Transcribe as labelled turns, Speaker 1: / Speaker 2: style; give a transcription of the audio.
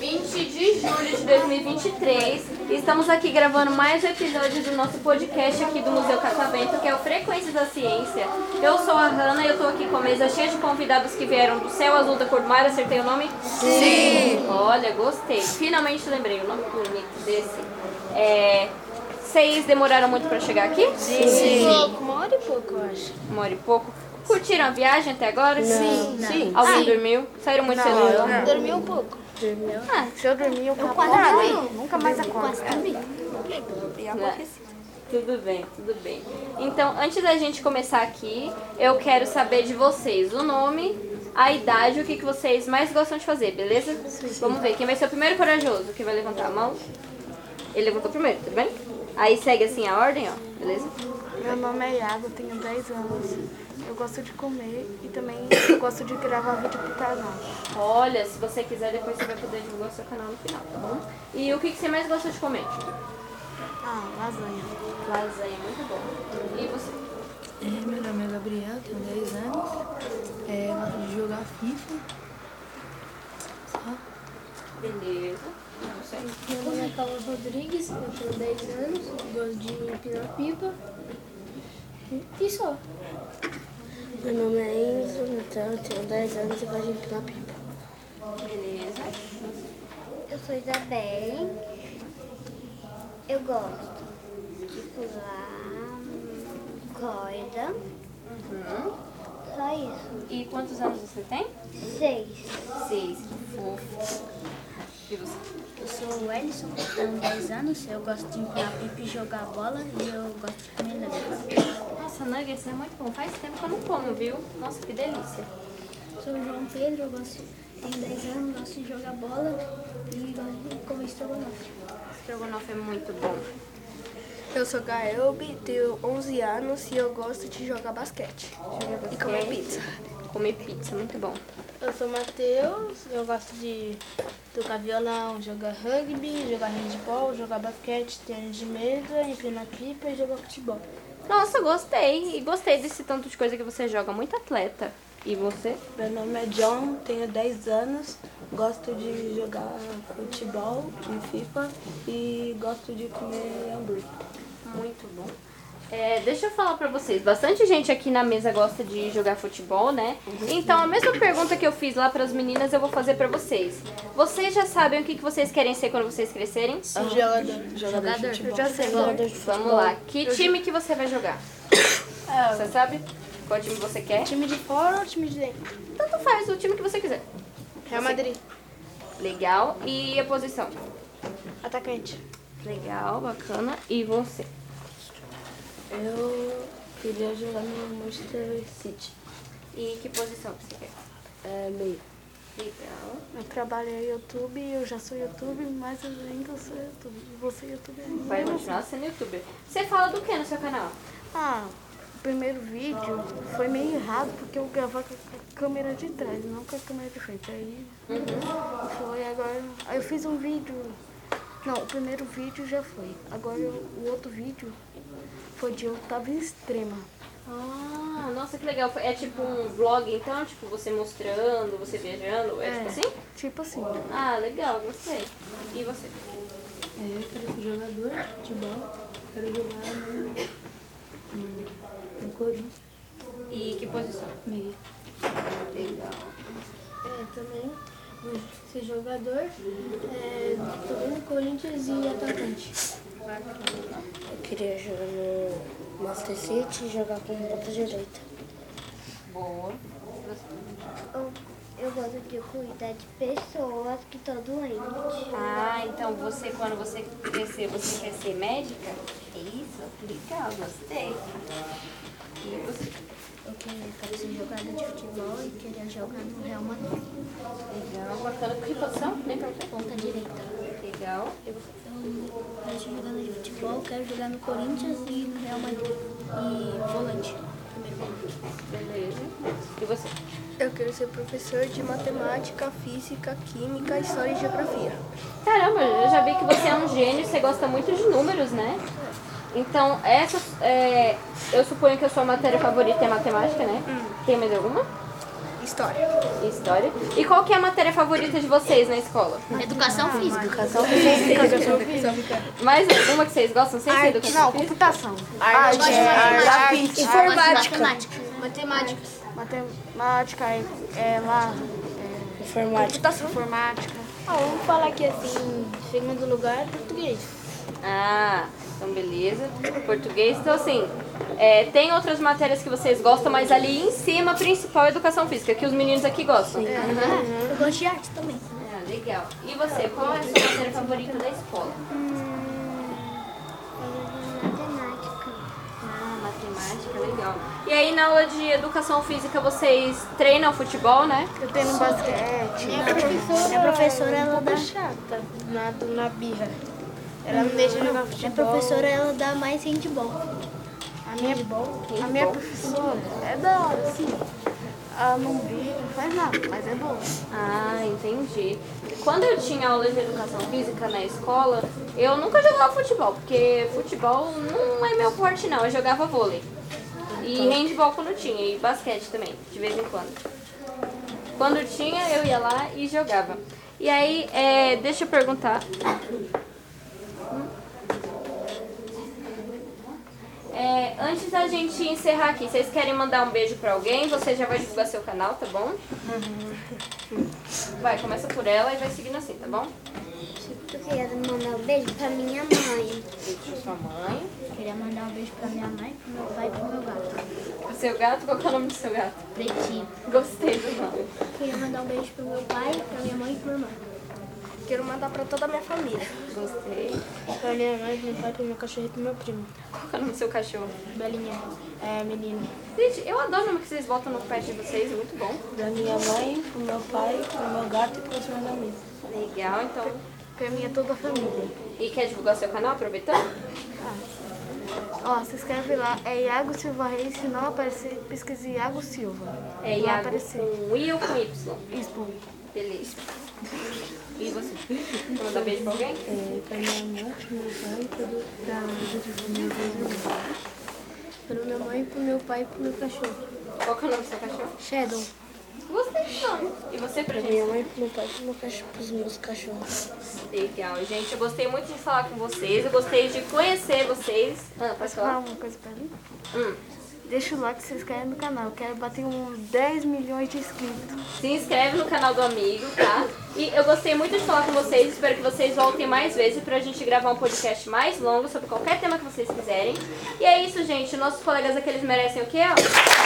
Speaker 1: 20 de julho de 2023. e Estamos aqui gravando mais um episódio do nosso podcast aqui do Museu Catavento, que é o Frequências da Ciência. Eu sou a Hanna e eu tô aqui com a mesa cheia de convidados que vieram do céu azul da cor do mar. Acertei o nome? Sim! Olha, gostei. Finalmente lembrei o nome bonito desse. É, Vocês demoraram muito para chegar aqui? Sim.
Speaker 2: Pouco, uma hora e pouco, eu acho.
Speaker 1: Uma hora e pouco. Curtiram a viagem até agora? Sim. Sim. Ah, Alguém dormiu? Saíram muito cedo?
Speaker 2: Dormi um pouco.
Speaker 1: Ah,
Speaker 3: Ah,
Speaker 1: Né? Tudo bem, tudo bem. Então, antes da gente começar aqui, eu quero saber de vocês o nome, a idade, o que, que vocês mais gostam de fazer, beleza? Vamos ver, quem vai ser o primeiro corajoso que vai levantar a mão? Ele levantou primeiro, tudo bem? Aí segue assim a ordem, ó, beleza?
Speaker 3: Meu nome é Iago, tenho 10 anos. Eu gosto de comer e também gosto de gravar vídeo pro canal.
Speaker 1: Olha, se você quiser, depois você vai poder divulgar o seu canal no final, tá bom? E o que, que você mais gosta de comer?
Speaker 3: Ah, lasanha.
Speaker 1: Lasanha, muito bom. E você?
Speaker 4: É, Meu nome é Gabriel, tenho 10 anos. É, gosto de jogar FIFA.
Speaker 1: Beleza. Não sei.
Speaker 2: Meu nome é Carlos Rodrigues, eu tenho 10 anos, gosto de empinar pipa. E só.
Speaker 5: Meu nome é Enzo
Speaker 6: então
Speaker 5: Natal, tenho 10 anos e gosto de empinar pipa.
Speaker 1: Beleza.
Speaker 7: Eu sou Isabelle. Eu gosto de pular corda.
Speaker 1: Uhum.
Speaker 7: Só isso.
Speaker 1: E quantos anos você tem?
Speaker 7: Seis.
Speaker 1: Seis, que fofo. E você?
Speaker 6: Eu sou o Ellison, tenho 10 anos, eu gosto de empurrar pipa e jogar bola e eu gosto de comer nugget.
Speaker 1: Nossa, nuggets é muito bom. Faz tempo que eu não como, viu? Nossa, que delícia.
Speaker 6: Sou o João Pedro, eu gosto, tenho 10 anos, gosto de jogar bola e gosto de comer estrogonofe.
Speaker 1: Estrogonofe é muito bom.
Speaker 3: Eu sou Gaelbi, tenho 11 anos e eu gosto de jogar basquete.
Speaker 1: basquete.
Speaker 3: E comer pizza.
Speaker 1: Comer pizza, é muito bom.
Speaker 8: Eu sou Matheus, eu gosto de tocar violão, jogar rugby, jogar handball, jogar basquete, tênis de mesa, empinar pipa e jogar futebol.
Speaker 1: Nossa, gostei. E gostei desse tanto de coisa que você joga. Muito atleta. E você?
Speaker 8: Meu nome é John, tenho 10 anos, gosto de jogar futebol em FIFA e gosto de comer hambúrguer.
Speaker 1: Muito bom. É, deixa eu falar pra vocês, bastante gente aqui na mesa gosta de jogar futebol, né? Então a mesma pergunta que eu fiz lá pras meninas eu vou fazer pra vocês. Vocês já sabem o que, que vocês querem ser quando vocês crescerem?
Speaker 8: Jogador, jogador de futebol.
Speaker 3: Eu já sei.
Speaker 1: Vamos lá, que time que você vai jogar? Você sabe qual time você quer?
Speaker 8: Time de fora ou time de dentro?
Speaker 1: Tanto faz, o time que você quiser.
Speaker 8: Real Madrid,
Speaker 1: Legal. E a posição?
Speaker 8: atacante.
Speaker 1: Legal, bacana. E você?
Speaker 4: Eu queria jogar no Manchester City.
Speaker 1: E que posição que você quer?
Speaker 4: É meio.
Speaker 1: Legal.
Speaker 3: Meu trabalho é YouTube, eu já sou YouTube, mas eu ainda sou YouTube. Você é YouTube ainda.
Speaker 1: Vai continuar sendo youtuber. Você fala do que no seu canal?
Speaker 3: Ah, o primeiro vídeo foi meio errado porque eu gravava com a câmera de trás, não com a câmera de frente. Aí foi agora. Aí eu fiz um vídeo. Não, o primeiro vídeo já foi. Agora eu- o outro vídeo foi de eu tava em extrema.
Speaker 1: Ah, nossa, que legal. É tipo um vlog, então? Tipo, você mostrando, você viajando, é, tipo assim?
Speaker 3: Tipo assim.
Speaker 1: Ah, legal, gostei. E você?
Speaker 4: É, eu quero ser jogador de futebol. Quero jogar no, no, no Corinthians.
Speaker 1: E que posição?
Speaker 4: Meio.
Speaker 2: É, também gosto de ser jogador, é, também no Corinthians e atacante.
Speaker 5: Eu queria jogar no Master City e jogar com ponta direita.
Speaker 1: Boa.
Speaker 7: Eu, eu gosto de cuidar de pessoas que estão doentes.
Speaker 1: Ah, então você, quando você crescer, você quer ser médica? É isso? Legal, gostei. E você?
Speaker 6: Eu quero, quero ser jogador de futebol e queria jogar no Real Madrid,
Speaker 1: Legal, bacana. Que posição? Nem perguntei.
Speaker 6: ponta direita. Então,
Speaker 1: Legal.
Speaker 6: Eu quero ser jogador de futebol, quero jogar no Corinthians e no Real Madrid. E volante, primeiro volante.
Speaker 1: Beleza. E você?
Speaker 3: Eu quero ser professor de matemática, física, química, história e geografia.
Speaker 1: Caramba, descobri que você é um gênio, você gosta muito de números, né? Então, essa, é, eu suponho que a sua matéria favorita é matemática, né? Tem mais alguma?
Speaker 5: História.
Speaker 1: História. E qual que é a matéria favorita de vocês na escola?
Speaker 6: Educação física.
Speaker 1: Mais uma é, que vocês gostam? Vocês têm educação
Speaker 3: Não,
Speaker 1: física?
Speaker 3: computação. Ah, é,
Speaker 5: Arte. Arte. Informática.
Speaker 6: Matemática. Matemática.
Speaker 3: Matemática, é, é lá. é,
Speaker 5: Informática.
Speaker 3: informática.
Speaker 2: Ah, vamos falar aqui assim, segundo lugar, português.
Speaker 1: Ah, então beleza. Português, então assim, é, tem outras matérias que vocês gostam, mas ali em cima, a principal é educação física, que os meninos aqui gostam.
Speaker 6: Eu gosto de arte também.
Speaker 1: Ah, legal. E você, qual é a sua matéria favorita da escola?
Speaker 7: Matemática.
Speaker 1: Ah, matemática, legal. E aí na aula de educação física vocês treinam futebol, né?
Speaker 3: Eu tenho um basquete.
Speaker 6: Minha professora,
Speaker 3: é
Speaker 6: ela dá,
Speaker 8: Chata. Na, na birra. Ela não deixa jogar futebol.
Speaker 6: minha professora, ela dá mais handball.
Speaker 3: A minha, a minha professora é da hora, sim. Ela não briga, não faz nada, mas é boa.
Speaker 1: Ah, entendi. Quando eu tinha aula de educação física na escola, eu nunca jogava futebol, porque futebol não é meu forte não, eu jogava vôlei. E handball quando tinha, e basquete também, de vez em quando. Quando tinha, eu ia lá e jogava. E aí, é, deixa eu perguntar. É, antes da gente encerrar aqui, vocês querem mandar um beijo pra alguém? Você já vai divulgar seu canal, tá bom? Vai, começa por ela e vai seguindo assim, tá bom?
Speaker 7: Eu queria mandar um beijo pra minha mãe.
Speaker 1: Beijo pra sua mãe.
Speaker 6: Eu queria mandar um beijo pra minha mãe, pro meu pai e pro meu gato.
Speaker 1: Pro seu gato, qual que é o nome do seu gato?
Speaker 6: Pretinho.
Speaker 1: Gostei do nome.
Speaker 6: Eu queria mandar um beijo pro meu pai, pra minha mãe e pro meu irmão.
Speaker 5: Quero mandar pra toda a minha família.
Speaker 1: Gostei.
Speaker 8: Pra minha mãe, pro meu pai, pro meu cachorro e pro meu primo.
Speaker 1: Qual que é o nome do seu cachorro?
Speaker 8: Belinha. É, menino.
Speaker 1: Gente, eu adoro o nome que vocês botam no pet de vocês, é muito bom.
Speaker 4: Da minha mãe, pro meu pai, pro meu gato e pros meus amigos.
Speaker 1: Legal, então.
Speaker 3: Pra mim é toda a família.
Speaker 1: E quer divulgar seu canal, aproveitando?
Speaker 3: Ó, se inscreve lá, é Iago Silva Reis, se não aparecer, pesquise Iago Silva.
Speaker 1: É
Speaker 3: Vai
Speaker 1: Iago
Speaker 3: aparecer.
Speaker 1: com I ou com Y?
Speaker 3: Isso,
Speaker 1: Beleza. E você? Quer mandar beijo pra alguém?
Speaker 3: Então,
Speaker 4: É, pra minha mãe, pro meu pai, pro- pra meu irmão.
Speaker 2: Pra minha mãe, pro meu pai e pro meu cachorro.
Speaker 1: Qual que é o nome do seu cachorro?
Speaker 5: Shadow.
Speaker 1: Gostei do nome. E você, pra gente?
Speaker 5: Minha mãe, pro meu pai, pro meu cachorro, pros meus cachorros.
Speaker 1: Legal, gente. Eu gostei muito de falar com vocês. Eu gostei de conhecer vocês. Ah, posso
Speaker 3: falar
Speaker 1: falar?
Speaker 3: uma coisa pra mim?
Speaker 1: Hum.
Speaker 3: Deixa o like, se inscreve no canal. Eu quero bater uns 10 milhões de inscritos.
Speaker 1: Se inscreve no canal do amigo, tá? E eu gostei muito de falar com vocês. Espero que vocês voltem mais vezes pra gente gravar um podcast mais longo sobre qualquer tema que vocês quiserem. E é isso, gente. Nossos colegas aqui, eles merecem o quê? ó?